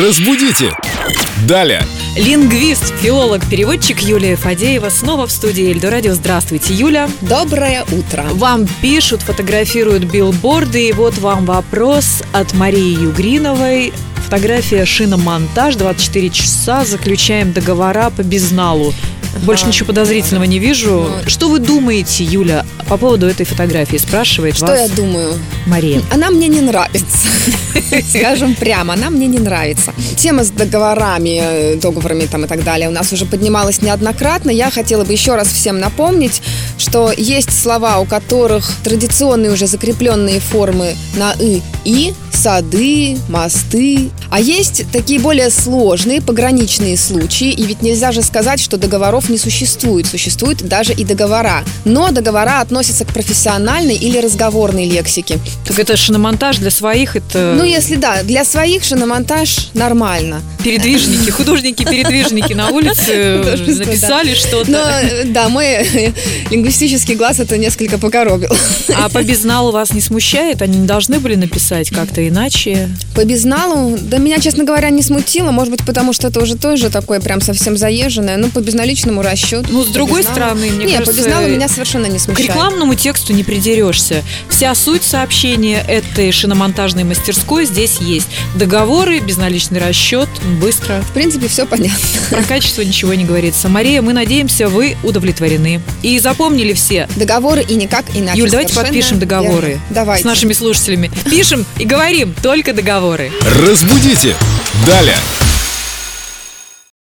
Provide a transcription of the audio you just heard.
Разбудите! Далее! Лингвист, филолог, переводчик Юлия Фадеева снова в студии Эльдорадио. Здравствуйте, Юля. Доброе утро. Вам пишут, фотографируют билборды. И вот вам вопрос от Марии Югриновой. Фотография «Шиномонтаж», 24 часа, заключаем договора по безналу. Больше Ага. ничего подозрительного не вижу. Ну, Что вы думаете, Юля, по поводу этой фотографии? Спрашивает Что я вас думаю? Мария. Она мне не нравится. Скажем прямо, она мне не нравится. Тема с договорами, э, договорами там и так далее у нас уже поднималась неоднократно. Я хотела бы еще раз всем напомнить, что есть слова, у которых традиционные уже закрепленные формы на «и» и сады, мосты. А есть такие более сложные, пограничные случаи, и ведь нельзя же сказать, что договоров не существует. Существуют даже и договора. Но договора относятся к профессиональной или разговорной лексике. Так это шиномонтаж для своих, это Ну, если да, для своих шиномонтаж нормально. передвижники, художники-передвижники на улице э, Художество, да. написали что-то. Но э, да, мой э, лингвистический глаз это несколько покоробил. А по безналу вас не смущает? Они не должны были написать как-то иначе? По безналу, да меня, честно говоря, не смутило, может быть, потому что это уже тоже такое прям совсем заезженное, ну, по безналичному расчету. Ну, с по другой безналу. стороны, мне Не, кажется... по безналу меня совершенно не К смущает. рекламному тексту не придерешься. Вся суть сообщения этой шиномонтажной мастерской здесь есть. Договоры, безналичный расчет, быстро. В принципе, все понятно. Про качество ничего не говорится. Мария, мы надеемся, вы удовлетворены. И запомнили все. Договоры и никак иначе. Юль, давайте Совершенно подпишем договоры верно. Давайте. с нашими слушателями. Пишем и говорим только договоры. Разбудите! Далее!